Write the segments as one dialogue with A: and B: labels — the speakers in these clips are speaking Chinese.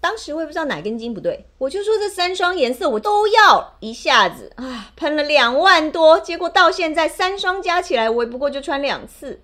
A: 当时我也不知道哪根筋不对，我就说这三双颜色我都要，一下子啊喷了两万多，结果到现在三双加起来，我也不过就穿两次。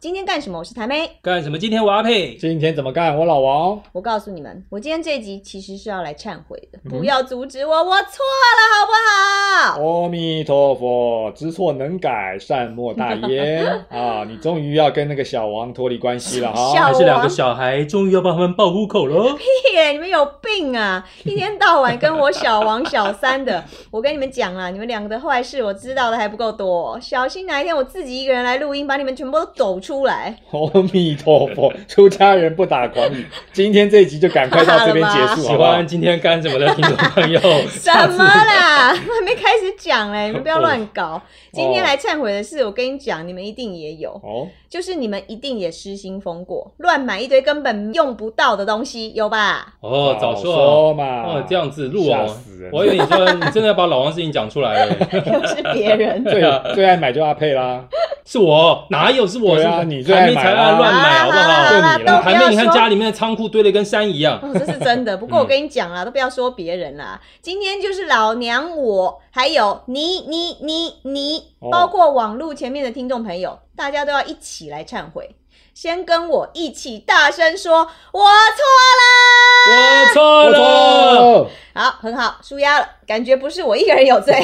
A: 今天干什么？我是台妹。
B: 干什么？今天我要配。
C: 今天怎么干？我老王，
A: 我告诉你们，我今天这集其实是要来忏悔的，不要阻止我，我错了，好不好？
C: 阿弥陀佛，知错能改，善莫大 焉啊！你终于要跟那个小王脱离关系了
A: 小
C: 哈。
B: 还是两个小孩，终于要帮他们报户口 喽。
A: 屁耶！你们有病 啊！一天到晚跟我小王、小三的，我跟你们讲啊，你们两个的坏事我知道的还不够多，小心哪一天我自己一个人来录音，把你们全部都抖出来。
C: 阿弥陀佛，出家人不打诳语。今天这一集就赶快到这边结 束，
B: 喜
C: 好不好
B: 欢？今天干什么的听众朋友，
A: 什
B: 下次
A: 么啦？ 还没开始讲哎嘞，你们不要乱
B: 哦
A: 搞。今天来忏悔的事，我跟你讲，你们一定也有，
C: 哦，
A: 就是你们一定也失心疯过，乱买一堆根本用不到的东西，有吧？
B: 哦，早
C: 说啊
B: 说
C: 嘛，
B: 哦，这样子录
C: 吓
B: 哦
C: 死人。
B: 我以为你说你真的要把老王事情讲出来了，
A: 又是别人。
C: 最最爱买就阿佩啦，
B: 是我哪有是我？
C: 对啊
B: 是
C: 你最
B: 台
C: 爱
B: 妹
C: 买
B: 才
C: 啦
B: 爱乱买，好不
A: 好啦好
B: 好？
A: 啦
C: 就你
A: 啊都
C: 啦
A: 不
B: 台妹，
A: 要
B: 你看
A: 说
B: 家里面的仓库堆得跟山一样。
A: 哦，这是真的。不过我跟你讲啦，都不要说别人啦，今天就是老娘我，还有你、你、你、你，
C: 哦
A: 包括网络前面的听众朋友，大家都要一起来忏悔。先跟我一起大声说“我错
B: 我错
C: 我
B: 了，
C: 错，
A: 啦”，好，很好，舒压了，感觉不是我一个人有罪。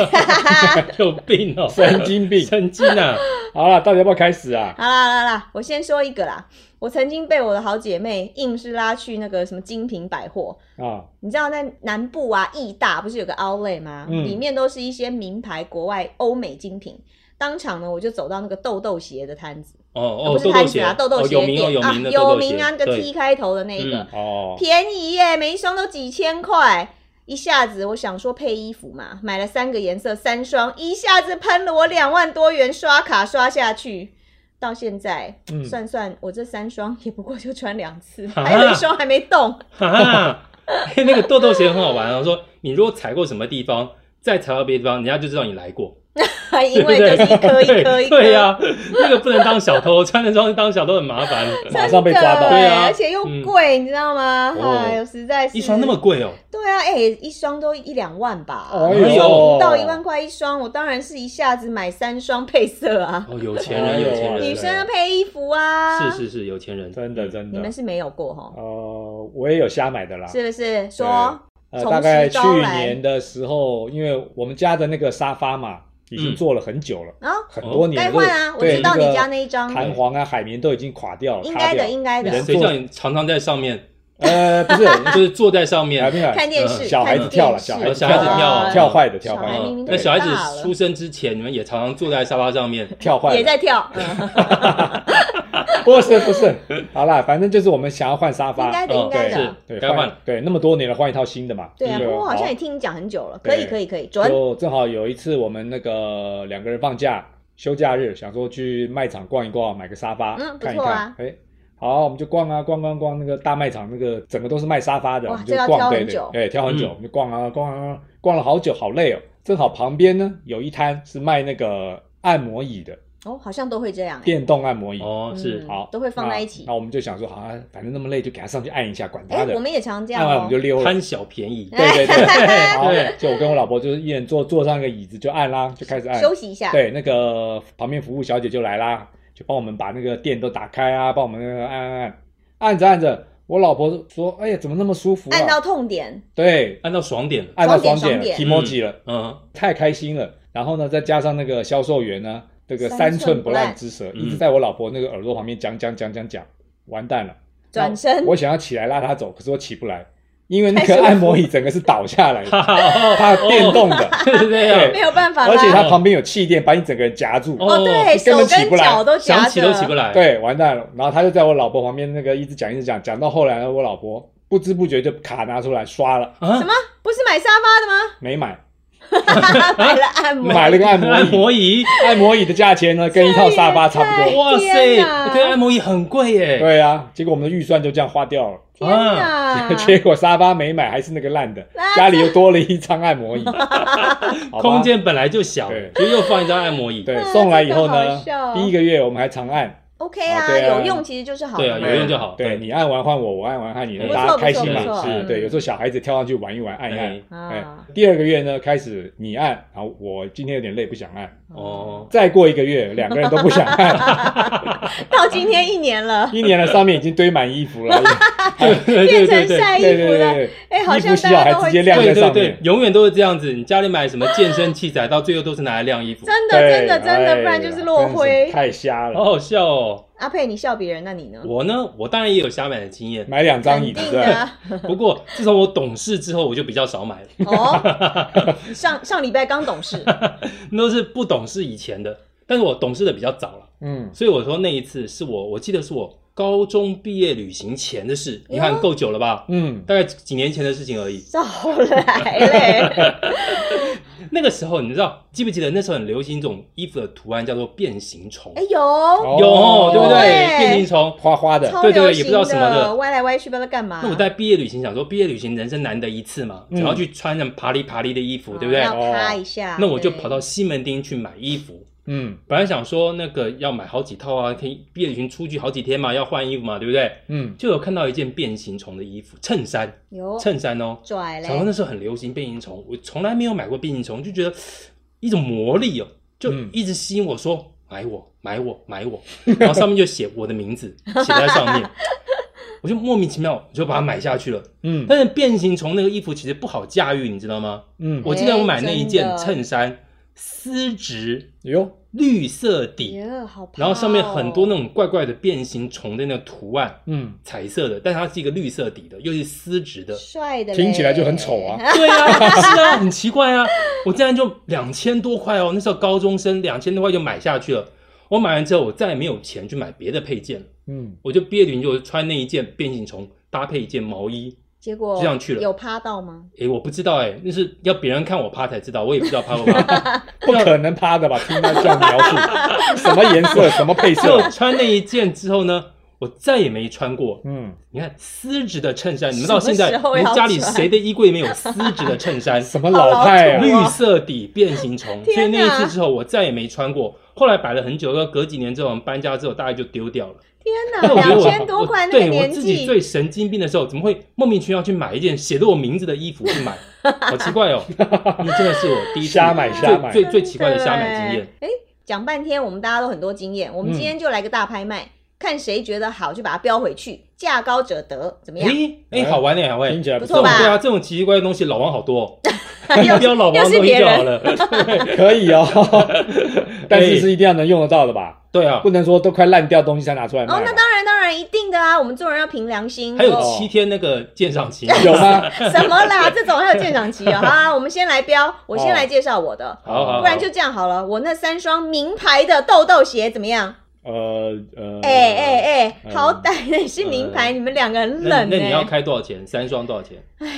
B: 有病哦，
C: 神经病。
B: 神经啊！
C: 好了，到底要不要开始啊？
A: 好啦啦啦，我先说一个啦，我曾经被我的好姐妹硬是拉去那个什么精品百货，
C: 啊，
A: 你知道在南部啊，义大不是有个 Outlet 吗？
C: 嗯
A: 里面都是一些名牌国外欧美精品。当场呢，我就走到那个豆豆鞋的摊子，
B: 哦
A: 啊不
B: 哦，
A: 是
B: 豆
A: 摊
B: 豆
A: 子
B: 鞋
A: 啊，豆豆
B: 哦
A: 鞋
B: 有名
A: 店、
B: 哦，有
A: 啊，
B: 名的豆
A: 有
B: 豆鞋
A: 名啊，那个
B: 对
A: T 开头的那一个
B: 嗯，
C: 哦，
A: 便宜耶，每一双都几千块。一下子我想说配衣服嘛，买了三个颜色三双，一下子喷了我两万多元刷卡刷下去，到现在、
C: 嗯
A: 算算我这三双也不过就穿两次，
B: 啊
A: 还有一双还没动。
B: 哈，嘿那个豆豆鞋很好玩哦。说你如果踩过什么地方，再踩到别的地方，人家就知道你来过，
A: 因为就是一颗一颗一颗，
B: 对呀、那个不能当小偷，穿那双当小偷很麻烦。
C: 马上被抓
A: 真的
C: 到，嗯
B: 对啊
A: 而且又贵，你知道吗？
C: 哦
A: 哎呦，实在是
B: 一双那么贵哦，
A: 对啊，哎、一双都一两万吧，
C: 哎
B: 呦
A: 不到一万块一双，我当然是一下子买三双配色 啊，
B: 哦，有钱人，有钱
C: 哎呦
A: 女
B: 人，
A: 生要配衣服啊，
B: 是，是是，有钱人。
C: 真的真
A: 你
C: 的啊
A: 们。是没有过哈，
C: 呃，我也有瞎买的啦，
A: 是不是？说
C: 呃，
A: 从
C: 大概
A: 实
C: 去
A: 招来
C: 年的时候，因为我们家的那个沙发嘛，已经
B: 嗯
C: 坐了很久了，
A: 啊，
C: 很多年
A: 该
C: 了。
A: 换啊，我
C: 对
A: 知道你家
C: 那
A: 那一张
C: 个，弹簧啊、海绵都已经垮掉了，
A: 应
C: 塌
A: 该
C: 掉
A: 的，。应该的，
C: 人
B: 谁叫你常常在上面，
C: 呃，不是，
A: 啊
B: 就是坐在上面
C: 海，绵
A: 看电视，
C: 呃小孩子
A: 看电视
C: 跳了小孩
B: 哦子跳了
A: 啊
C: 跳坏的跳
A: 小
C: 坏
A: 孩
C: 的
A: 明明
B: 嗯
A: 都
B: 那小孩
A: 长大了
B: 子出生之前，你们也常常坐在沙发上面。
C: 跳坏
A: 也
C: 了，
A: 在跳，嗯
C: 不是不是，好啦，反正就是我们想要换沙
A: 应该
C: 发，
A: 的，应该
C: 哦
A: 的
C: 对
B: 是。
C: 对，
B: 该换了
C: 对，那么多年了，换一套新的嘛。
A: 对啊，
C: 嗯
A: 不过我好像也
C: 好
A: 听你讲很久了，可以，
C: 对
A: 可以，可以，准。
C: 就正好有一次我们那个两个人放假休假日，想说去卖场逛一逛，买个沙发，
A: 嗯不
C: 看一
A: 错
C: 看
A: 啊。
C: 哎，好，我们就逛啊逛逛逛那个大卖场，那个整个都是卖沙发的，
A: 哇
C: 我们就
A: 这要挑
C: 逛，
A: 很
C: 对对
A: 久
C: 对，挑很久，
B: 嗯
C: 我们就逛啊逛啊逛了好久，好累哦。正好旁边呢有一摊是卖那个按摩椅的，
A: 哦，好像都会这样、欸。
C: 电动按摩椅。
B: 哦，是
A: 嗯
C: 好，
A: 都会放
C: 那
A: 在一起
C: 那我们就想说，好、啊，反正那么累，就给他上去按一下，管
A: 哎、
C: 他的。
A: 我们也常这样
C: 按完
A: 哦
C: 我们就。溜了。
B: 贪小便
A: 嗯
B: 宜。
C: 对对对，然后
B: 对
C: 就我跟我老婆就是一人坐坐上一个椅子就按啦，就开始按。
A: 休息一下，
C: 对，那个旁边服务小姐就来啦，就帮我们把那个电都打开啊，帮我们那个按按按，按着按着，我老婆说：“哎呀，怎么那么舒服啊
A: 按到痛点，？”
C: 对，
B: 按照爽点，
C: 按到
A: 爽
C: 爽
A: 点
C: 点了
A: 爽点
C: ，emoji 了，
B: 嗯，
C: 太开心了。然后呢，再加上那个销售员呢，这个
A: 三
C: 三
A: 寸
C: 寸
A: 不
C: 不烂
A: 烂
C: 之舌，
B: 嗯
C: 一直在我老婆那个耳朵旁边讲讲讲讲讲，完蛋了。
A: 转身
C: 我想要起来拉她走，可是我起不来，因为那
A: 太舒
C: 个
A: 服
C: 按摩椅整个是倒下来的，
B: 哈哈，哦
C: 它电动的，
B: 是这样
C: 对。
A: 没有办法
C: 而且
A: 拉。
C: 它旁边有气垫把你整个人夹住。
B: 哦
A: 哦，对，
C: 根
A: 手
C: 本起
A: 跟
C: 不来
A: 脚都夹
B: 想
A: 着，
B: 起都起不来。
C: 对，完蛋了。然后他就在我老婆旁边那个一直讲一直讲，讲到后来呢，我老婆不知不觉就卡拿出来刷了，
B: 啊
A: 什，么？不是买沙发的吗？
C: 没买。
A: 买了按摩，
C: 买了个按摩
B: 按
C: 椅，
B: 摩椅，
C: 按摩椅的价钱呢跟一套沙发差不
A: 这也
C: 多。
B: 哇塞，
A: 天哪
B: 对，按摩椅很贵耶，
C: 对啊，结果我们的预算就这样花掉了。
A: 天哪！
B: 啊
C: 结果沙发没买，还是那个烂的，家里又多了一张按 摩椅，好吧
B: 空间本来就小
C: 对，
B: 就又放一张按摩椅，
C: 对
A: 啊
C: 送来以后
A: 这个
C: 呢
A: 好笑，
C: 第一个月我们还常按，
A: OK 啊，
C: 啊对啊
A: 有用其实就是好的
B: 对
A: 嘛。
B: 啊，有用就好，
C: 对你按完换我，我按完换你，
B: 不错
C: 大家开心
B: 不错
C: 嘛
B: 不错
C: 啊
B: 嗯
C: 对，有时候小孩子跳上去玩一玩，按一按
B: 哎。
A: 啊，
C: 第二个月呢，开始你按，然后我今天有点累，不想按。
B: 哦，
C: 再过一个月，两个人都不想按，
A: 到今天一年了，
C: 一年了，上面已经堆满衣 服了。哎
B: 对 对
A: 变
B: 对
A: 成
B: 对对。
A: 晒衣
C: 对对
A: 服
C: 对
A: 了。
C: 对，
A: 哎，好
C: 衣
A: 像
C: 服洗
A: 大
C: 好
A: 家
C: 还
A: 都会
C: 直接
A: 这
C: 晾
A: 样。
B: 对
C: 在
B: 对
C: 上
B: 对
C: 面，，
B: 永远都是这样子。你家里买什么健身器材，到最后都是拿来晾衣 服，
A: 真的真的
C: 对
A: 真的，
C: 哎
A: 不然就是
C: 呀
A: 落
C: 真是
A: 灰。
C: 太瞎
B: 好
C: 了，
B: 好笑哦。
A: 阿佩，你笑别人，那你呢？
B: 我呢，我当然也有瞎买的 经验，
C: 买两张
A: 肯
C: 椅子
A: 定
C: 对
A: 的。啊。
B: 不过自从我懂事之后，我就比较少买了，
A: 哦， 上上礼拜刚懂事，
B: 那都是不懂事以前的。但是我懂事的比较早了，
C: 嗯，
B: 所以我说那一次是我，我记得是我高中毕业旅行前的事。你看够久了吧？
C: 嗯，
B: 大概几年前的事情而已。
A: 少来 嘞。
B: 那个时候你知道记不记得那时候很流行一种衣服的图案叫做变形虫
A: 哎，呦，
B: 有哦对不对？
A: 对
B: 变形虫。
C: 花花的，
A: 超
B: 对对
A: 流
B: 也不
A: 行
B: 知道什么
A: 的，
B: 的
A: 歪来歪去，不知道干嘛。
B: 那我在毕业旅行想说，毕业旅行人生难得一次嘛，
C: 嗯
B: 只要去穿上爬哩爬哩的衣服，
A: 哦
B: 对不对
A: 要？趴一下。哎
B: 那我就
A: 对
B: 跑到西门町去买衣服。
C: 嗯
B: 本来想说那个要买好几套啊，可以毕业旅行出去好几天嘛，要换衣服嘛，对不对？
C: 嗯，
B: 就有看到一件变形虫的衣服，衬衫，
A: 有
B: 衬衫哦。
A: 拽
B: 想说
A: 嘞，
B: 那时候很流行变形虫，我从来没有买过变形虫，就觉得一种魔力哦，就
C: 嗯
B: 一直吸引我说买我买我买我， 然后上面就写我的名字写在上面，我就莫名其妙我就把它买下去了。
C: 嗯
B: 但是变形虫那个衣服其实不好驾驭，你知道吗？
C: 嗯，
B: 我记得我买那一件
A: 哎真的
B: 衬衫，丝质
C: 哟，
B: 绿色底，
A: 耶，好怕哦。。
B: 然后上面很多那种怪怪的变形虫的那个图案，
C: 嗯，
B: 彩色的，但它是一个绿色底的，又是丝质的
A: 帅的嘞，
C: 听起来就很丑啊
B: 对啊，是啊，很奇怪啊！我竟然就两千多块哦，那时候高中生两千多块就买下去了。我买完之后，我再也没有钱去买别的配件了，
C: 嗯，
B: 我就毕业旅行就穿那一件变形虫搭配一件毛衣，
A: 结果
B: 就这样去了
A: 有趴到吗？
B: 诶，我不知道诶，那是要别人看我趴才知道，我也不知道趴不趴。
C: 不可能趴的吧？听他这样描 述，什么颜色，什么配
B: 所以我
C: 色？
B: 穿那一件之后呢，我再也没穿过。
C: 嗯，
B: 你看丝质的衬衫，你们到现
A: 什
B: 在，
A: 么时候
B: 你
A: 要
B: 们家里
A: 穿
B: 谁的衣柜里面有丝质的衬衫？
C: 什么老派
A: 好
C: 啊
A: 老？
B: 绿色底变形虫，
A: 天
B: 所以那一
A: 哪
B: 次之后我再也没穿过。后来摆了很久，隔几年之后我们搬家之后，大概就丢掉了。
A: 天哪，
B: 但我觉得
A: 啊两
B: 我
A: 千多块
B: 我
A: 那个
B: 对我
A: 年
B: 自己
A: 纪，
B: 最神经病的时候，怎么会莫名其妙去买一件写着我名字的衣服去买？好奇怪 哦！你真的是我第一次
C: 瞎买瞎买
B: 最最最奇怪的瞎买经
A: 真
B: 验
A: 的。耶。哎，讲半天，我们大家都很多经验，我们今天就来个大拍卖，看谁觉得好就把它标回去，价高者得，怎么样？
B: 诶诶，哎好玩嘞，好玩，
C: 听起来
A: 不
C: 不
B: 这种
A: 错
C: 错
A: 吧
B: 对啊，这种奇奇怪怪的东西，老王好多、
A: 又
B: 哦， 不要老王的东西就好了。
C: 可以哦，但是是一定要能用得到的吧？
B: 对啊
C: 不，能说都快烂掉东西才拿出来
A: 哦，
C: 卖
A: 那
C: 吧。
A: 当然当然一定的啊，我们做人要凭良心。
B: 还有
A: 哦
B: 七天那个鉴赏期，
C: 有吗？
A: 什么啦？这种还有鉴赏期啊！好啊，我们先来标，我先来介绍我的，
B: 好好，
A: 不然就这样好了。我那三双名牌的豆豆鞋怎么样？
C: 呃呃，
A: 哎哎哎，
C: 嗯
A: 好歹也是名牌，你们两个很
B: 那
A: 冷
B: 那你要
A: 哎。
B: 开多少钱？三双多少钱？
A: 哎，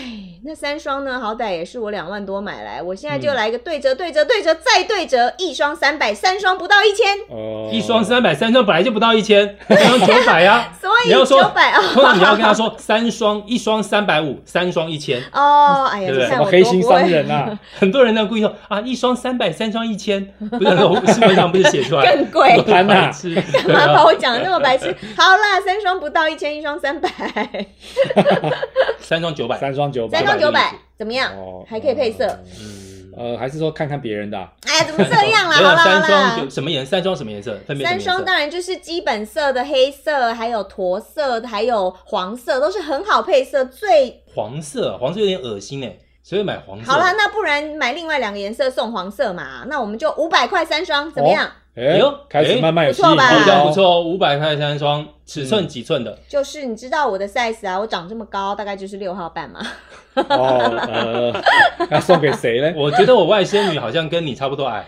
A: 那三双呢，好歹也是我两万多买来，我现在就
C: 嗯
A: 来一个对折，对折，对折，再对折，一双三百，三双不到一千，
C: 呃，
B: 哦一双三百，三双本来就不到一千，一双九 百呀。
A: 所以
B: 你要说
A: 九百啊。
B: 通常你要跟他说三双，一双三百五，三双一千。
A: 哦，哎呀，
B: 对不
A: 你
B: 对
A: 看
C: 什
A: 我
C: 么
A: 多
C: 黑心
A: 不
C: 商
A: 会
C: 人 啊？
B: 很多人呢故意说啊，一双三百，三双一千，不是我文章不是写出来
A: 更贵
B: 我
C: 潘娜
B: 白 痴对
A: 妈把
B: 啊，
A: 我讲的那么白痴。 好啦，三双不到一千，一双三百，
B: 三双九百，
C: 三双九百，
A: 三双九百，怎么样？
C: 哦
A: 还可以配色。
B: 嗯，
C: 呃，还是说看看别人的啊
A: 哎呀，怎么这 样啦？
B: 没
A: 好
B: 有
A: 啦
B: 三
A: 好
B: 双
A: 啦
B: 九，什么颜？三双什么颜色？分别什么
A: 三
B: 颜
A: 双
B: 色？
A: 当然就是基本色的黑色，还有驼色，还有黄色，都是很好配色。最
B: 黄色，黄色有点恶心哎，谁会买黄色？
A: 好啦，那不然买另外两个颜色送黄色嘛？那我们就五百块三双，怎么样？
C: 哎
B: 呦
C: 开始慢慢有
A: 不
C: 吸
A: 错
C: 引力
A: 吧
B: 好像不
C: 了哦。
B: 错哦，五百块三双，尺寸几寸的？
A: 就是你知道我的 size 啊，我长这么高，大概就是六号 半嘛。
C: 哦， 呃，要送给谁呢？
B: 我觉得我外甥女好像跟你差不多矮，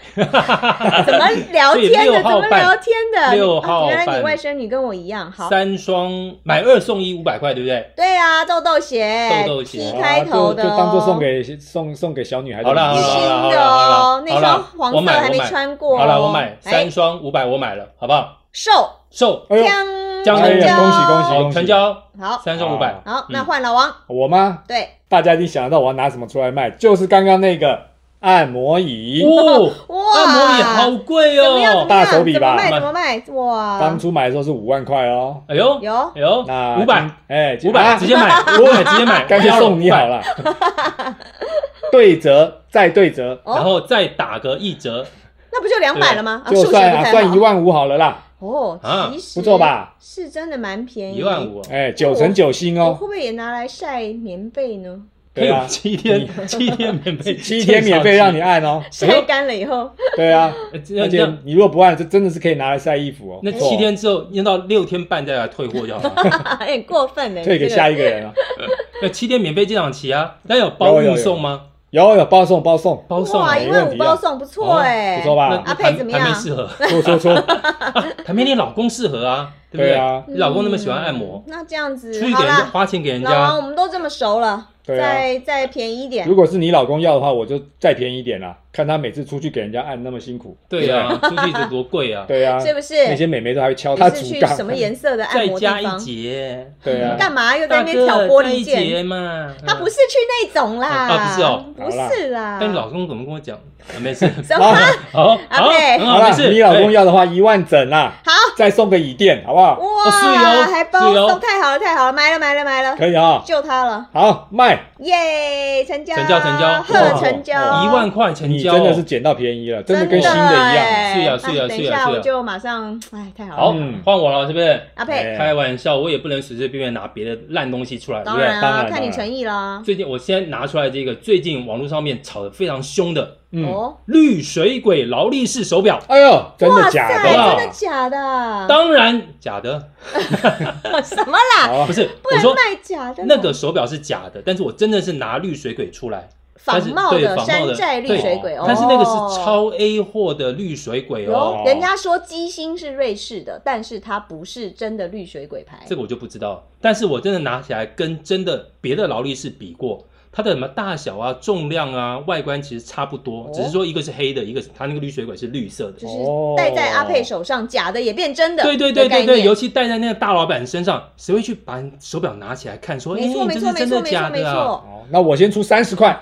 A: 怎么聊天
B: 所以
A: 的？
B: 六
A: 怎
B: 号
A: 么
B: 半
A: 聊天的？
B: 六号
A: 啊原来
B: 半
A: 你外甥女跟我一样，好。
B: 三双买二送一五百块，对不对？
A: 对啊，豆豆鞋，
B: 豆豆鞋
A: T 开头的、
C: 就
A: 哦
C: 就当做送给送送给小女孩的
B: 好
C: 礼物
B: 啦好啦
C: 吧。
B: 好
A: 新
B: 啦
A: 的
B: 好啦
A: 哦，
B: 好
A: 那
B: 啦
A: 双
B: 好啦
A: 黄
B: 我
A: 色
B: 买
A: 还没穿过、哦。
B: 好了，我买
A: 哎
B: 三双五百，我买了，好不好？
A: 瘦，
B: 瘦，
C: 哎呦，
A: 锵
B: 江
A: 成
B: 哎呀
A: 交
C: 恭喜恭喜
B: 好，成交
A: 好
B: 三双五百
C: 啊。
A: 好，那
B: 嗯
A: 换老王，
C: 我吗？
A: 对，
C: 大家一定想得到我要拿什么出来卖，就是刚刚那个按摩椅。
B: 哦，
A: 哇，
B: 按摩椅好贵
A: 怎么样？
B: 哦
A: 怎么样，
C: 大手笔吧
A: 怎么卖？怎么卖？哇，
C: 当初买的时候是五万块哦，
B: 哎呦，
A: 有
B: 哎呦，
C: 那
B: 五百，
C: 今，哎，
B: 五百
C: 啊
B: 直接 买，五百直接买，
C: 干脆
B: 我要
C: 送你好
B: 500，
C: 了， 对折再对折，
B: 然
A: 哦，
B: 后再打个一折，
A: 那不就两百了吗？啊，
C: 就
A: 数学不
C: 算啊
A: 太
C: 算一
A: 好。
C: 万五好了啦，
B: 啊
A: 哦，其实
C: 不错？吧？
A: 是真的蛮便宜，
B: 一万。五哦，
C: 哎，九成九新
A: 我会
C: 哦，
A: 不会也拿来晒棉被呢？
C: 对 啊
B: 七天七天免费，
C: 七天免费 让你按哦，
B: 哎
A: 晒干了以后，
C: 对啊，
B: 呃，
C: 而
B: 这
C: 且
B: 样
C: 你如果不按，这真的是可以拿来晒衣服哦。
B: 那
C: 不错哦
B: 七天之后用到六天半再来退货就好 了。
A: 有点哎过分了。
C: 退给
A: 这个
C: 下一个人啊，
B: 那七天免费进场期啊，但有包
C: 有有
B: 运
C: 有
B: 送吗？
C: 有有包送包 送，
B: 包送
A: 哇，
B: 啊
C: 哎
A: 一
C: 没
A: 万
C: 问
A: 五
C: 题啊
A: 包送不错
B: 哦
A: 哎，
C: 不错
B: 那
C: 吧？
A: 阿
B: 还
A: 佩怎么
B: 还没
A: 样
B: 适合，
C: 搓搓搓，
B: 还没你老公适合啊，对不
C: 对啊
B: 你老公那么喜欢按摩
A: 嗯，那这样子
B: 出去
A: 好
B: 给人家
A: 啦，
B: 花钱给人
A: 老王，
B: 家
A: 我，们都这么熟了，
C: 对啊
A: 再再便宜一点
C: 如。果是你老公要的话，我就再便宜一点啦。看他每次出去给人家按那么辛苦，
B: 对啊，出去这多贵啊，
C: 对啊，
A: 是不是？
C: 那些美眉都还会敲
A: 你
C: 他
A: 是
C: 竹
A: 去
C: 杠
A: 什，么颜色的按
B: 再
A: 摩地
B: 加一
A: 方？
B: 节，
C: 对啊
A: 干嘛又在
B: 大
A: 那
B: 哥
A: 边挑拨
B: 再
A: 离
B: 一节
A: 间？
B: 嘛，
A: 他不是去那种啦，
B: 嗯啊不是哦
A: 不是啦。
B: 但你老公怎么跟我讲？啊 没事，
A: 什么？
B: 好，好，
A: OK
B: 很
C: 好
B: 好，
C: 啦
B: 没，事。
C: 你老公
B: 哎
C: 要的话一万整啦，
A: 好，
C: 再送个椅垫，好不好？
A: 哇，
B: 是哦
A: 还包
B: 是哦
A: 送，太好了，太好了，买了，买了，买了，
C: 可以啊，
A: 就他了，
C: 好卖，
A: 耶！成交，
B: 成交成交哦
A: 呵，成交，
B: 哎一万块成
C: 你
B: 交，
C: 真的是捡到便宜了，真的
A: 真
C: 跟新的一样。
A: 哎
B: 是呀是呀
A: 哎等一
B: 是呀
A: 下，
B: 是呀
A: 我就马上，哎，太好
B: 好
A: 了，
C: 嗯，
B: 换我了，是不是？
A: 阿
C: 哎
A: 佩，
B: 开玩笑，我也不能随随便便拿别的烂东西出来，对
A: 当
B: 不对？
A: 然
C: 当然
A: 啊，
C: 当
A: 看你
C: 然
A: 诚意啦。
B: 最近我先拿出来这个，最近网络上面炒得非常凶的
C: 嗯，
A: 哦，
B: 绿水鬼劳力士手表，
C: 哎呦，真的
A: 哇
C: 假
A: 塞
C: 的
A: 真的
C: 啊？
A: 假的？
B: 当然假的，
A: 什么啦？
C: 好
B: 哦
C: 啊
B: 不，是
A: 不
B: 我
A: 然
B: 说
A: 卖假的
B: 那个手表是假的，但是我真的是拿绿水鬼出来，但
A: 仿
B: 是
A: 冒
B: 对
A: 的
B: 仿冒
A: 山
B: 的
A: 寨绿
B: 对
A: 水鬼哦，
B: 但是那个是超 A 货的绿水鬼哦，
A: 有人家说机芯是瑞士的，但是它不是真的绿水鬼牌
B: 这。个我就不知道，但是我真的拿起来跟真的别的劳力士比过。它的什么大小啊、重量啊、外观其实差不多，
A: 哦
B: 只是说一个是黑的，一个是它那个绿水鬼是绿色的
A: 就。是
C: 哦
A: 戴在阿佩手上，假的也变真的。
B: 对对对对对，尤其戴在那个大老板身上，谁会去把手表拿起来看说，哎，
A: 没错
B: 你
A: 没
B: 这
A: 错
B: 是
A: 没
B: 真
A: 错
B: 的
A: 没
B: 假
A: 错没
B: 的啊？
A: 错。
C: 好那我先出三 十块，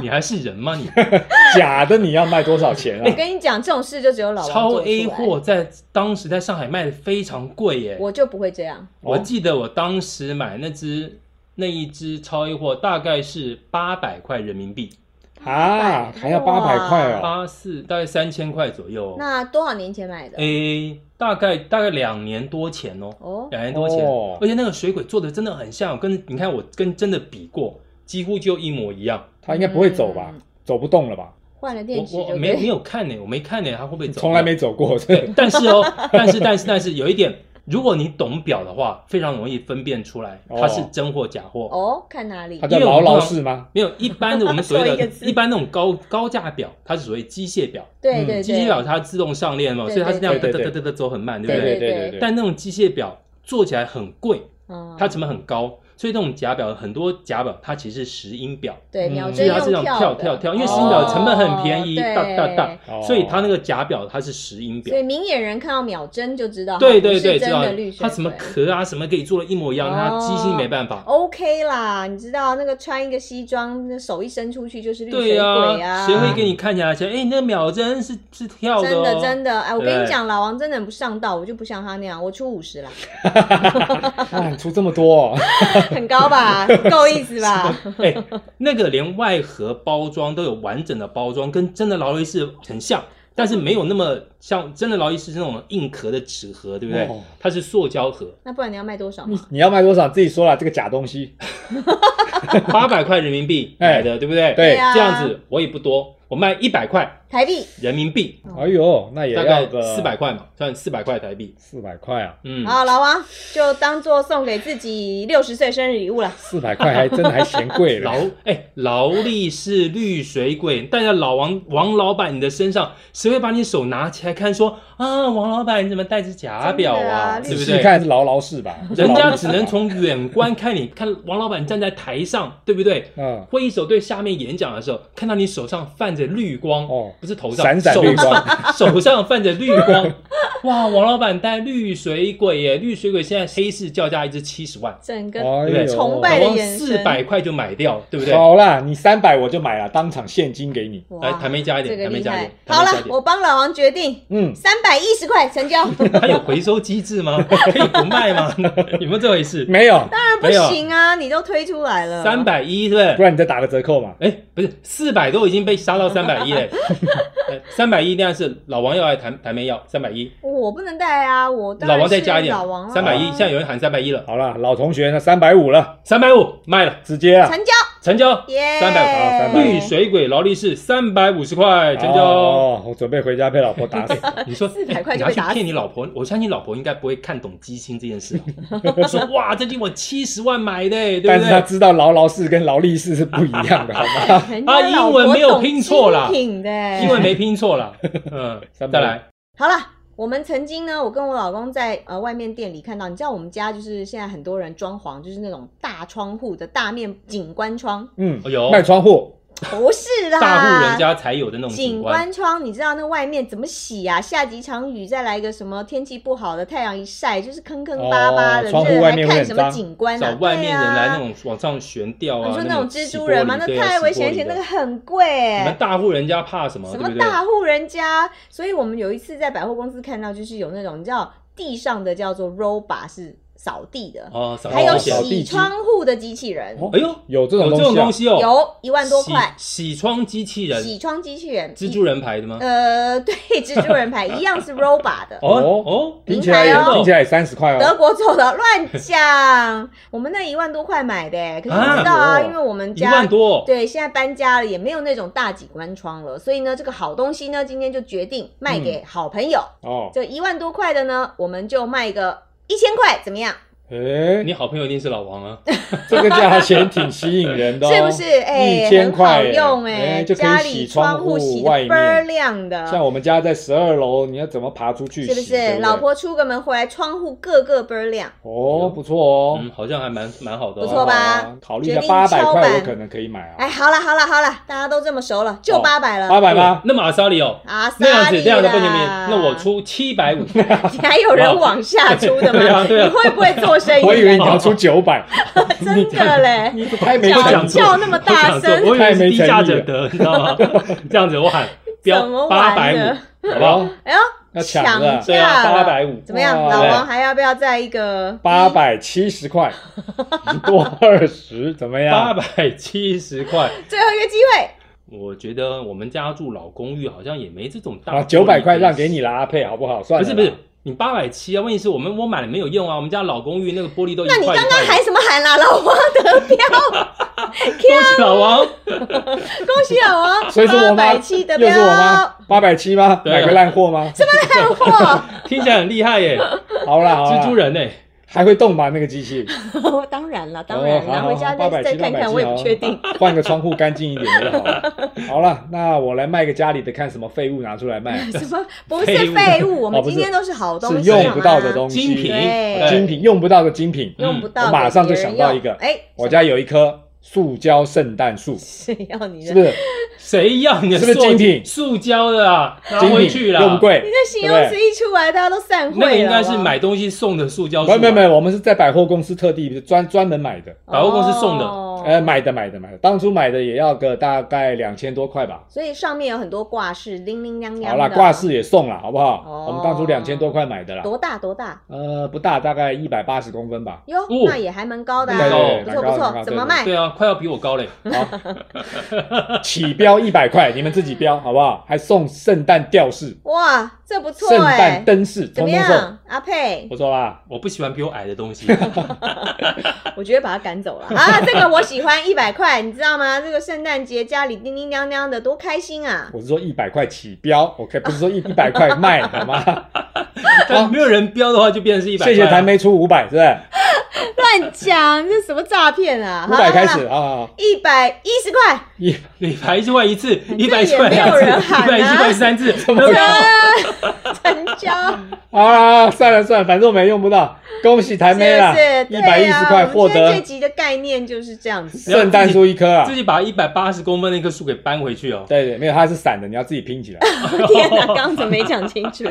B: 你还是人吗？你
C: 假的你要卖多少钱
A: 我
B: 哎
C: 啊？
A: 跟你讲，这种事就只有老王
B: 超
A: 做得出
B: A
A: 来，
B: 货在当时在上海卖的非常贵耶。
A: 我就不会这样。
B: 我记得我当时买那只那一只超 A 货大概是八百块人民币，
C: 啊，还要八百块哦，
B: 八四大概三千块左右、哦。哎
A: 那多少年前买的？
B: 诶，大概大概两年多前哦，
A: 哦，
B: 两年多前，
C: 哦
B: 而且那个水鬼做的真的很像，跟你看我跟真的比过，几乎就一模一样。
C: 他应该不会走吧
A: 嗯？
C: 走不动了吧？
A: 换了电池
B: 我
A: 就
B: 我
A: 对
B: 没没有看呢、我没看呢、他会不会走？
C: 从来没 走过，对
B: 对。但是哦，但是但是但是有一点，如果你懂表的话，非常容易分辨出来
C: 哦
B: 它是真货假货。
A: 哦，看哪里
C: 他？叫劳劳士吗？
B: 没有一般的我们所谓
A: 说一
B: 的
A: 个，字
B: 一般那种高高价表，它是所谓机械表，
A: 对
C: 嗯
A: 对
B: 机械
A: 对，
B: 表它自动上链嘛，
A: 对
B: 所以它是那样
C: 对
B: 哒
C: 对
B: 哒
C: 对
B: 哒哒哒走很慢，对
C: 对
B: 不
A: 对
B: 对？
C: 对对对。
B: 但那种机械表做起来很贵，
A: 嗯
B: 它成本很高，所以那种假表很多假表它其实是石英表，
A: 对
C: 嗯
A: 秒
B: 所
A: 针
B: 以它是那
A: 用
B: 种跳
A: 的
B: 跳跳，因为石
C: 新
B: 英表成本很便宜，
A: 哦
B: 哒哒哒，
C: 哦
B: 所以它那个假表它是石英
A: 对
B: 表
A: 所以。明眼人看到秒针就知道，
B: 对对
A: 它不是
B: 对，知
A: 真
B: 道
A: 的绿水
B: 它什么
A: 鬼
B: 壳啊，什么给你做的一模一样，
A: 哦
B: 它机芯没办法。
A: OK 啦，你知道那个穿一个西装，那手一伸出去就是绿水
B: 对
A: 鬼
B: 呀，
A: 啊，
B: 谁会给你看起来像？哎，你那秒针是是跳的
A: 真
B: 哦，
A: 的真的，哎，我跟你
B: 对
A: 讲，老王真的很不上道，我就不像他那样，我出五十啦，
C: 哇，你出这么多 哦，
A: 很高吧，够意思 吧？
B: 哎，那个连外盒包装都有完整的包装，跟真的劳力士 很像，但是没有那么像真的劳力士那种硬壳的纸盒，对不对
C: 哦？
B: 它是塑胶 盒，
A: 那不然你要卖多少
B: 嗯
C: 你
A: 嘛？
C: 你要卖多少自己说了，这个假东西。
B: 八百块人民币
C: 哎
B: 买的，对不对？
C: 对
A: 啊，
B: 这样子我也不多，我卖一百块
A: 台币
B: 人民币，
C: 哎呦，那也
B: 大
C: 要
B: 概
C: 个
B: 四百块嘛，算四百块台币。
C: 四百块啊，
B: 嗯，
A: 好，老王就当做送给自己六十岁生日礼物了。
C: 四百块还真的还嫌贵了
B: 劳。哎，劳力士绿水鬼，但要老王王老板你的身上，谁会把你手拿起来看说啊，王老板你怎么戴着假表啊，
A: 真的啊
B: 对不
C: 仔细
B: 对？
C: 看是劳劳士吧，
B: 人
C: 劳
B: 家
C: 力士
B: 只
C: 吧
B: 能从远观看你，看王老板站在台上，对不对？
C: 嗯
B: 挥手对下面演讲的时候，看到你手上泛着绿光，
C: 哦
B: 不是头上，
C: 闪闪
B: 手
C: 绿
B: 上
C: 光，
B: 手上泛着绿光，哇！王老板戴绿水鬼耶，绿水鬼现在黑市叫价一只七十万，
A: 整个
C: 哎
B: 对
C: 呦，
A: 崇拜
B: 老
A: 的
B: 王
A: 眼
B: 四
A: 神
B: 百块就买掉了，对不对？
C: 好啦，你三百我就买了，当场现金给你。
B: 来，
A: 哇，
B: 台妹加一
A: 这
B: 点，
A: 个
B: 台妹
A: 厉
B: 加一
A: 害
B: 点，。
A: 好
B: 台妹加
A: 了
B: 一，点
A: 我帮老王决定
C: 嗯，
A: 三百一十块成 交，当
B: 它有回收机制吗？可以不卖吗？有没有这回事？
C: 没有，
A: 然不
B: 没有
A: 行啊，你都推出来了，
B: 三百一是不是
C: 不？然你再打个折扣嘛。
B: 哎，不是四百都已经被杀到三百 一了，哎三百一那样是老王要还是台台妹要三百一？
A: 我不能带啊，我当
B: 老
A: 然
B: 王再
A: 是
B: 加一点
A: 老王，啦啊
B: 三百一。现在有人喊三百一了，
C: 好啦，老同学，那三百五了，
B: 三百五卖了，
C: 直接啊。
A: 成交，
B: 成交。
A: 耶，
B: 300
C: 好300
B: 绿水鬼劳力士三百五十块成交。
C: 哦，我准备回家被老婆打死。
B: 你说
A: 400块
B: 哎
A: 就
B: 拿
A: 被
B: 去
A: 打死
B: 骗你老婆，我相信老婆应该不会看懂机芯这件事哦。 说哇，这件我七十万买的，对不对？
C: 但是他知道劳劳士跟劳力士是不一样的，好吗？
A: 人
B: 啊
A: 家老
B: 英文
A: 婆
B: 没有
A: 懂
B: 拼错啦
A: 精品的
B: 因为没拼错 啦。嗯，
C: 三百
B: 再来，
A: 好了。我们曾经呢，我跟我老公在呃外面店里看到，你知道我们家就是现在很多人装潢，就是那种大窗户的大面景观 窗，
C: 嗯
B: 哎，呦，
C: 卖窗户，
A: 不是啦，
B: 大户人家才有的那种
A: 景
B: 景观。
A: 观窗，你知道那外面怎么洗啊？下几场雨，再来一个什么天气不好的，太阳一晒就是坑坑巴巴的，
C: 哦窗户
A: 这
C: 外
A: 还
C: 面会
A: 看
C: 很
A: 什么
C: 脏
A: 景观
B: 找
A: 啊？
B: 外面人来那
A: 对啊。
B: 种往上悬吊啊，
A: 你说那种
B: 种
A: 蜘
B: 洗
A: 蛛
B: 玻
A: 人
B: 璃
A: 吗？那
B: 对啊
A: 太危
B: 洗
A: 险，
B: 玻
A: 而且
B: 璃
A: 那
B: 的
A: 个很贵
B: 你们
A: 哎。
B: 大户人家怕什么？
A: 什
B: 对
A: 么
B: 不对？
A: 大户人家？所以我们有一次在百货公司看到，就是有那种你知道地上的叫做 roba 是扫地的，
B: 哦，扫
A: 还有
B: 地
C: 扫地
A: 洗
C: 机
A: 窗户的机器人，
C: 哦
B: 哎呦，
C: 有这种
B: 有这种
C: 东
B: 东
C: 西啊
B: 西哦，
A: 有一万多块。
B: 洗洗窗机器人，
A: 洗窗机器人，
B: 蜘蛛人牌的吗？
A: 呃，对， 蜘蛛人牌一样是 roba 的，
B: 哦
C: 哦
B: 哦
C: 啊，，听起来也
A: 名牌哦
C: 听起来也三十 块
A: 德
C: 哦。
A: 国走的，乱讲。我们那一万多块买的、 可是你知道啊，
C: 啊
A: 因为我们
B: 一
A: 家
B: 万多哦，
A: 对现在搬家了，也没有那种大景观窗了，所以呢，这个好东西呢，今天就决定卖
C: 嗯
A: 给好朋友。
C: 哦，
A: 这一万多块的呢，我们就卖个一千块，怎么样？
C: 哎，
B: 你好朋友一定是老王啊，
C: 这个价钱挺吸引人的 哦，
A: 是不是？哎、
C: 一千
A: 很好
C: 块耶
A: 用哎、
C: 哎就可以
A: 家
C: 洗
A: 里
C: 窗
A: 窗户
C: 户
A: 洗的
C: 外面
A: 倍儿亮的。
C: 像我们家在十二楼，你要怎么爬出去洗？
A: 啊是不
C: 对
A: 是？老婆出个门回来，窗户个个倍儿亮。
C: 哦，不错哦，
B: 嗯，好像还蛮蛮好的
A: 不
B: 哦，
A: 错吧
C: 啊？考虑一
A: 决
C: 下
A: 定
C: 八百
A: 敲
C: 块，
A: 板
C: 我可能可以买
A: 哎，
C: 啊，
A: 好了好了好了，大家都这么熟了，就
C: 哦
A: 八百了。
C: 八百吗？
B: 那么阿萨里哦，
A: 啊，
B: 那样子
A: 萨利
B: 这样子
A: 啦
B: 不行不行，那我出七百五，
A: 还有
C: 啊
A: 人往下出 的吗？
B: 对啊对啊
A: 你会不会做生意？
C: 我以为你要出九百，
A: 真的嘞，
C: 你太没
B: 我
A: 叫
B: 讲
C: 讲
B: 错
A: 叫那么大
B: 我想
A: 声
B: 说，我以
C: 太
B: 为是
C: 没
B: 低
C: 诚意
B: 价
C: 了
B: 者得，你知道吗？ 这样子我喊
A: 怎
B: 标
A: 么
B: 八
A: 玩
B: 百
A: 的
B: 五，
C: 好不好？
A: 哎呦，
C: 要抢的
A: 抢，
B: 对啊，
A: 价了
B: 八百五，
A: 怎么样？
C: 哇
A: 老王还要不要再一个
C: 八？百七十块，多二十怎么
B: 八
C: 样？
B: 百七十块。
A: 最后一个机会，
B: 我觉得我们家住老公寓好像也没这种大玻璃
C: 啊，
B: 可以
C: 九百块让给你了，阿佩，好不好？算
B: 不
C: 了，
B: 是不是，，你八百七啊？问题是我们我买了没有用啊，我们家老公寓那个玻璃都一
A: 那
B: 块
A: 你
B: 一块
A: 刚
B: 的。
A: 刚喊什么喊啦？老王得标，啊
B: 恭喜老王，
A: 恭喜老王，
C: 所以是我
A: 八
C: 吗？
A: 百七得标
C: 又，是我吗？八百七吗？
B: 对啊
C: 买个烂货吗？
A: 烂货。
B: 听起来很厉害耶，
C: 好啦 好啦，啊
B: 蜘蛛人哎，
C: 还会动吗？那个机器？
A: 哦当然了，当然
C: 哦
A: 了，
C: 好
A: 回家
C: 好
A: 再再
C: 870
A: 看看，我也不确定。，
C: 870换个窗户干净一点就好了。好了，那我来卖个家里的，看什么废物拿出 来卖，
A: 什么不是废物？我们
C: 哦不是
A: 今天都是好东
C: 是
A: 西，啊
C: 用不到的
A: 好吗
C: 东西，
B: 精品
A: 对
C: 精品用不到的精品。
A: 嗯用不到
C: 我
A: 的，
C: 马上就想到一个
A: 哎，
C: 我家有一棵塑胶圣诞树，
A: 谁要你
C: 是
A: 的
C: 不？是？
B: 谁要你的
C: 是不是
B: 塑
C: 精品
B: 塑胶的啊，拿
C: 精
B: 回
C: 品
B: 去啦。
C: 又不
A: 你
C: 贵
A: 这，形容词一出来，大家都散会了。啊
B: 那个应该是
A: 好不好
B: 买东西送的塑胶
C: 对
B: 树
C: 不对
B: 啊，
C: 没有没有，我们是在百货公司特地专专门买的，
B: 百货公司送的
A: 哦
C: 呃，买的买的买的，当初买的也要个大概两千多块吧。
A: 所以上面有很多挂饰，叮叮当当。
C: 好啦，挂饰也送了，好不好？
A: 哦
C: 我们当初两千多块买的啦，
A: 多大多大
C: 呃，不大，大概一百八十公分吧。
A: 哟，
B: 哦
A: 那也还蛮高的啊，
B: 蛮高
A: 不
C: 蛮
A: 错
C: 高
A: 不
C: 蛮
A: 错，
C: 高
A: 怎么卖？
B: 对啊，快要比我高嘞。
C: 好， 起标一百块，你们自己标好不好？还送圣诞吊饰，
A: 哇，这不错
C: 圣
A: 哎、
C: 诞灯饰
A: 怎
C: 通
A: 么
C: 通送，
A: 样，阿佩？
C: 不错啦。
B: 我不喜欢比我矮的 东西。
A: 我觉得把他赶走了 啊！这个我喜欢，一百块，你知道吗？这个圣诞节家里叮叮当当的，多开心啊！
C: 我是说一百块起标，OK，不 是说一一百块卖，好吗？
B: 但没有人标的话，就变成是一百。啊
C: 谢谢台。妹出五百，是不是？
A: 乱讲，这什么诈骗啊？
C: 五百开始，啊，
A: 一百一十块，
C: 一
B: 你排一块一次，一百
A: 也
B: 块
A: 没有
B: 两次，
A: 人喊啊
B: 一百一块三 次，
C: 怎么会
A: 成交，
C: 好啦，算了算了，反正我们也用不到，恭喜台
A: 是
C: 妹啦
A: 不是？，
C: 一百一十块获
A: 对啊我们今天这
C: 得
A: 集的概念就是这样子。
C: 圣诞树一棵啊
B: 自。己把一百八十公分那棵树给搬回去哦。
C: 对对，没有，它是散的，你要自己 拼起来，
A: 天哪，刚刚怎么没讲清 楚？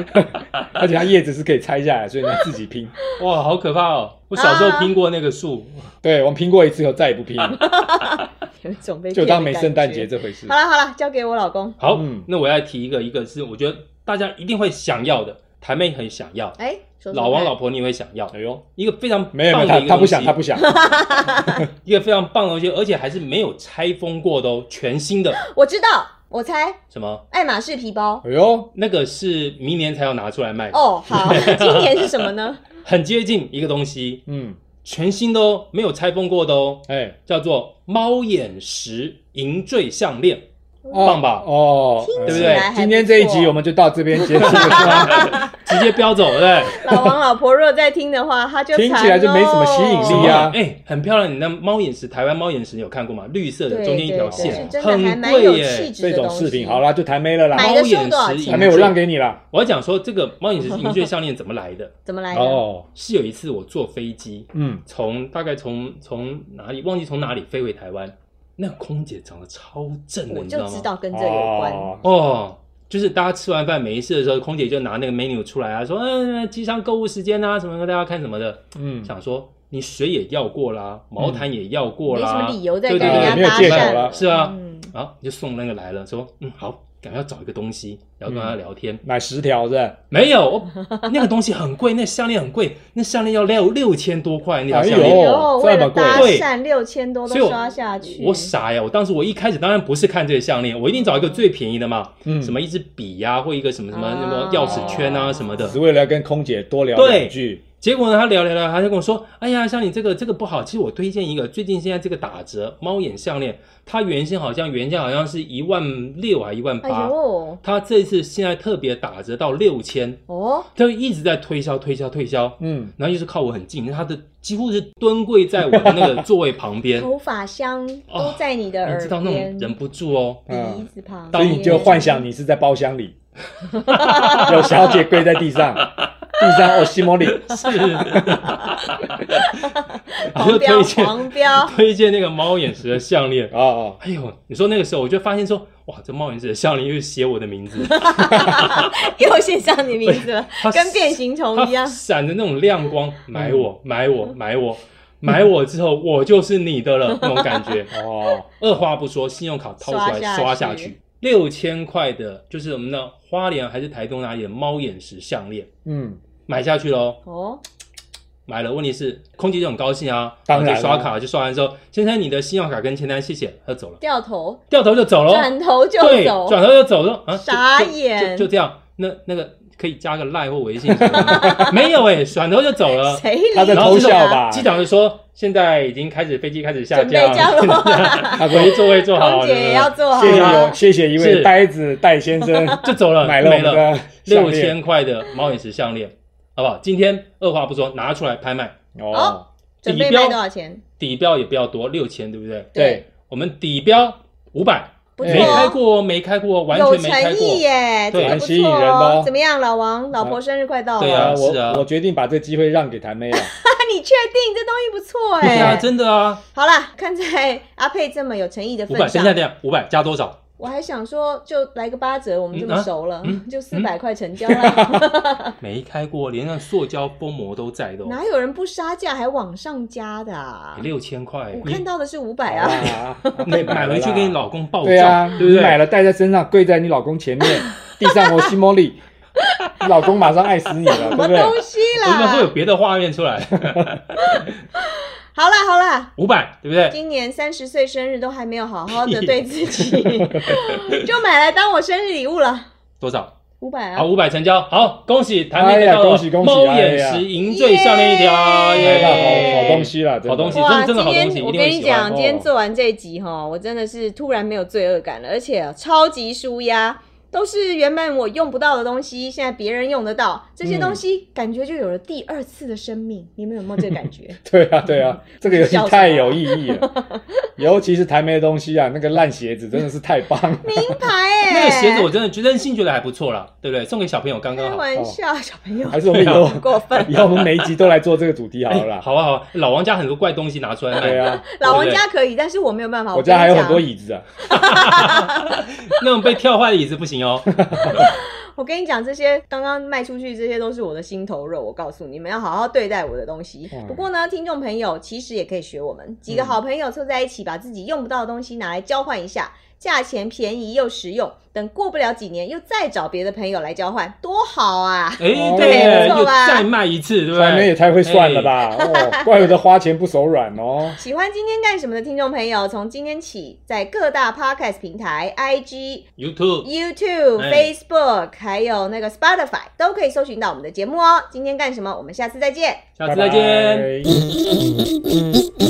C: 而且它叶子是可以拆下来，所以你要自己拼。
B: 哇，好可怕哦！我小时候拼过那个树，
C: 对，我们拼过一次以后再也不拼了，
A: 有一种被
C: 就
A: 骗的
C: 当没圣诞节
A: 感觉。
C: 这回事
A: 好。了好了，交给我老公。
B: 好，
C: 嗯
B: 那我要提一个，一个是我觉得大家一定会想要的，台妹很想要，
A: 哎，说说
B: 老王
A: 看
B: 老婆你也会想要
C: 哎，呦，
B: 一个非常棒
C: 没有没有，他
B: 的一个
C: 他不
B: 东
C: 想，
B: 西
C: 他，不想。
B: 一个非常棒的东西，而且还是没有拆封过的哦，全新的。
A: 我知道，我猜
B: 什么？
A: 爱马仕皮包。
C: 哎呦，
B: 那个是明年才要拿出来卖，
A: 哦，好，今年是什么 呢？
B: 很接近一个东西，
C: 嗯，
B: 全新的哦，没有拆封过的哦，
C: 哎，
B: 叫做猫眼石银坠项链，
C: 哦
B: 棒吧
C: 哦，
A: 听
B: 对不
A: 起
B: 对
A: 来还不错
C: 今天这一集我们就到这边结束 了，
B: 直接标走，对不对？
A: 老王老婆若在听的话，他就
C: 听起来就没什么吸引力
A: 啊。
C: 啊
B: 哎、很漂亮。你那猫眼石，台湾猫眼石你有看过吗？绿色
A: 对
B: 的，
A: 对
B: 中间一条
A: 对
B: 线，
A: 是真的还
B: 很
A: 蛮有
B: 贵耶、
A: 气质
C: 这
A: 的东
C: 种
A: 西。
C: 视频好啦，就台妹了啦，
A: 买
B: 猫
A: 的时候
B: 眼
A: 多少
B: 石
A: 钱
C: 台
B: 银
C: 妹我让
B: 坠。
C: 给你啦。
B: 我要讲说，这个猫眼石银坠项链怎么来的？
A: 怎么来的？
C: 哦，
B: 是有一次我坐飞机，
C: 嗯，
B: 从大概从从哪里忘记从哪里飞回台湾，那个空姐长得超正的，
A: 我
B: 你
A: 就
B: 吗
A: 知？道跟这有关。
C: 哦
B: 哦，就是大家吃完饭没事的时候，空姐就拿那个 menu 出来啊，说嗯，机上购物时间啊，什么的，大家看什么的。
C: 嗯，
B: 想说你水也要过啦，毛毯也要过
A: 没什
B: 啦，
A: 么理由再
B: 对
A: 跟
B: 对
A: 人家
B: 对
C: 没有
A: 啊搭
C: 借口
A: 讪
C: 了
B: 是啊
A: 嗯
B: 然后你就送那个来了，说嗯好，赶快要找一个东西，然后跟
C: 嗯
B: 他聊天。
C: 买十条是吧？
B: 没有，我那个东西很贵，那项链很贵，那项链要六六千多块那条
C: 哎
B: 项
C: 呦
B: 链。
A: 呦，为了搭
B: 对
A: 讪六千多
B: 所以
A: 都
B: 我
A: 刷下去，
B: 我傻呀！我当时我一开始当然不是看这个项链，我一定找一个最便宜的嘛，
C: 嗯，
B: 什么一支笔呀、或一个什么什么
A: 啊
B: 什么钥匙圈啊什么的
C: 只。为了要跟空姐多聊
B: 对
C: 两句。
B: 结果呢，他聊聊聊，他就跟我说：“哎呀，像你这个这个不好，其实我推荐一个，最近现在这个打折猫眼项链，它原先好像原价好像是一万六还一万
A: 哎
B: 八，
A: 呦，
B: 它这次现在特别打折到六千，
A: 哦，
B: 它就一直在推销推销推销。”
C: 嗯，
B: 然后又是靠我很近，它的几乎是蹲跪在我的那个座位旁 边，
A: 头发香都
B: 哦
A: 在你的
B: 你
A: 耳
B: 知道那种
A: 边，
B: 忍不 住哦，
A: 鼻子旁边，
C: 啊所以你就幻想你是在包 厢里，有小姐跪在地上，地上哦西摩里，
B: 是， 然后
A: 黄
B: 就
A: 标
B: 推荐，
A: 黄啊 标
B: 推荐那个猫眼石的项链，
C: 哦哦，
B: 哎呦，你说那个时候我就发现说，哇，这猫眼石的项链又写我的名字，
A: 又写上你名字了，
B: 它
A: 跟变形虫一
B: 它
A: 样。嗯
B: 闪着那种亮光，买我，买我，买我，买我之后我就是你的了，那种感觉。
C: 哦，
B: 二话不说，信用卡掏出来
A: 刷下
B: 刷下
A: 去
B: 去，六千块的，就是我们的花莲还是台东哪里的猫眼石项链，
C: 嗯，
B: 买下去喽。
A: 哦，
B: 买了，问题是空姐就很高兴啊，
C: 当然
B: 后就刷
C: 啦
B: 卡，就刷完之后，先生你的信用卡跟签单，谢谢，他就走了，
A: 掉头，
B: 掉头就走了，
A: 转头就
B: 哦对，
A: 走，
B: 转头就走了，啊，就
A: 傻
B: 就
A: 眼
B: 就就这样，那那个可以加个赖或微信什么的 吗，没有哎、转头就走了。
A: 谁理你啊
C: 他在偷笑？吧
B: 机，长就说：“现在已经开始飞机开始下
A: 准备
B: 降，啊
A: 降 落，
C: 他说
B: 回座位坐好，哦
A: 空姐也要做好
C: 谢谢有
A: 了。
C: 谢谢一位
B: 是
C: 呆子戴先 生
B: 就走了，
C: 买了我
B: 没
C: 们的项
B: 六
C: 链
B: 千块的猫眼石项链，好不好？今天二话不说拿出来拍卖，
C: 哦，
A: 准备
B: 底标
A: 卖多少钱？
B: 底标也不要多，六千对不对？
C: 对，
B: 我们底标五百，
A: 不错
B: 没
A: 哦
B: 开过哦，没开过哦，完
A: 有
B: 全没
A: 诚
B: 开
A: 意
B: 过。
A: 耶，
B: 对
A: 这个
B: 蛮
A: 不
C: 吸引
A: 错
C: 人的哦
A: 哦。怎么样，老王，老婆生日快到了，
B: 对
A: 啊，
B: 啊
C: 呃
B: 是啊
C: 我我决定把这机会让给谭妹了，
A: 你确定这东西不错
B: 对啊，
A: 哎？
B: 真的啊，
A: 好啦，看在阿佩这么有诚意的
B: 五
A: 份
B: 百，等一下，
A: 上，
B: 等一下，五百加多少？
A: 我还想说就来个八折，我们这
B: 嗯
A: 么
B: 啊
A: 熟了，
B: 嗯
A: 就四百块成交 啦，
B: 没开过，连那塑胶封膜都在的、哦，哎
A: 哪有人不杀价还往上加的啊？
B: 六哦千块，
A: 我
B: 你
A: 看到的是五百啊，
C: 哇
B: 买买回去给你老公报
C: 对啊
B: 账，，对不
C: 你买
B: 对？
C: 了戴在身上，跪在你老公前 面，地上我西摩里，你老公马上爱死你了，
A: 什
C: 对不
A: 么
C: 对？
A: 东西
B: 我们会有
A: 啦？
B: 别的画面出来，
A: 好啦好啦。
B: 五百，对不对？
A: 今年三十岁生日都 还没有好好的对自己，就买来当我生日礼物了。
B: 多少？
A: 五百啊
B: 好，，五百成交，好，恭喜台
C: 哎
B: 妹
C: 呀
B: 得到
C: 恭喜恭喜
B: 猫
C: 哎
B: 眼
C: 呀
B: 石银最项链一条，
A: 耶
B: 耶！
C: 买到哎好好东西啦，真的
B: 好东西
A: 哇，
B: 真的好
A: 今
B: 东西
A: 天
B: 一
A: 我
B: 定
A: 跟
B: 会
A: 你
B: 喜欢
A: 讲，今天
C: 哦
A: 做完这一集哈，我真的是突然没有罪恶感了，而且哦超级舒压，都是原本我用不到的东西，现在别人用得到，这
B: 嗯
A: 些东西感觉就有了第二次的生命。你们有没有这个感 觉？
C: 对啊，对啊，这个游戏
A: 笑死
C: 太
A: 我
C: 有
A: 了
C: 意义 了，尤其是台媒的东西啊，那个烂鞋子真的是太 棒了。
A: 名牌哎、
B: 那个鞋子我真的觉得性觉得还不错啦，对不对？送给小朋友刚刚
A: 开
B: 好。
A: 玩笑，
B: 哦
A: 小朋友
C: 还是我们以后
A: 很过 分。
C: 以后我们每一集都来做这个主题好了
B: 啊哎
C: 啦。
B: 好啊好啊，老王家很多怪东西拿出来
C: 对
B: 卖，
C: 啊，
A: 老王
B: 对不对
A: 家可以，但是我没有办法。
C: 我
A: 跟
C: 家
A: 你
C: 还有很
A: 哦讲
C: 多椅子啊。
B: 那种被跳坏的椅子不行哦。
A: 我跟你讲，这些刚刚卖出去，这些都是我的心头肉。我告诉你们，要好好对待我的东西
C: 哇。
A: 不过呢，听众朋友其实也可以学我们，几个好朋友凑在一起，把自己用不到的东西拿来交换一下，价钱便宜又实用。等过不了几年，又再找别的朋友来交换，多好啊！
B: 哎，
C: 哦
B: 耶
A: 不错
B: 又
A: 吧
B: 再卖一次，对不
C: 台媒也
B: 对？
C: 太会算了吧？哦，怪不得花钱不手软哦。
A: 喜欢今天干什么的听众朋友，从今天起，在各大 podcast 平台、IG、
B: YouTube，
A: YouTube、
B: 哎
A: Facebook，还有那个 Spotify 都可以搜寻到我们的节目哦。今天干什么？我们下次再见。
B: 下次再见。
C: 拜拜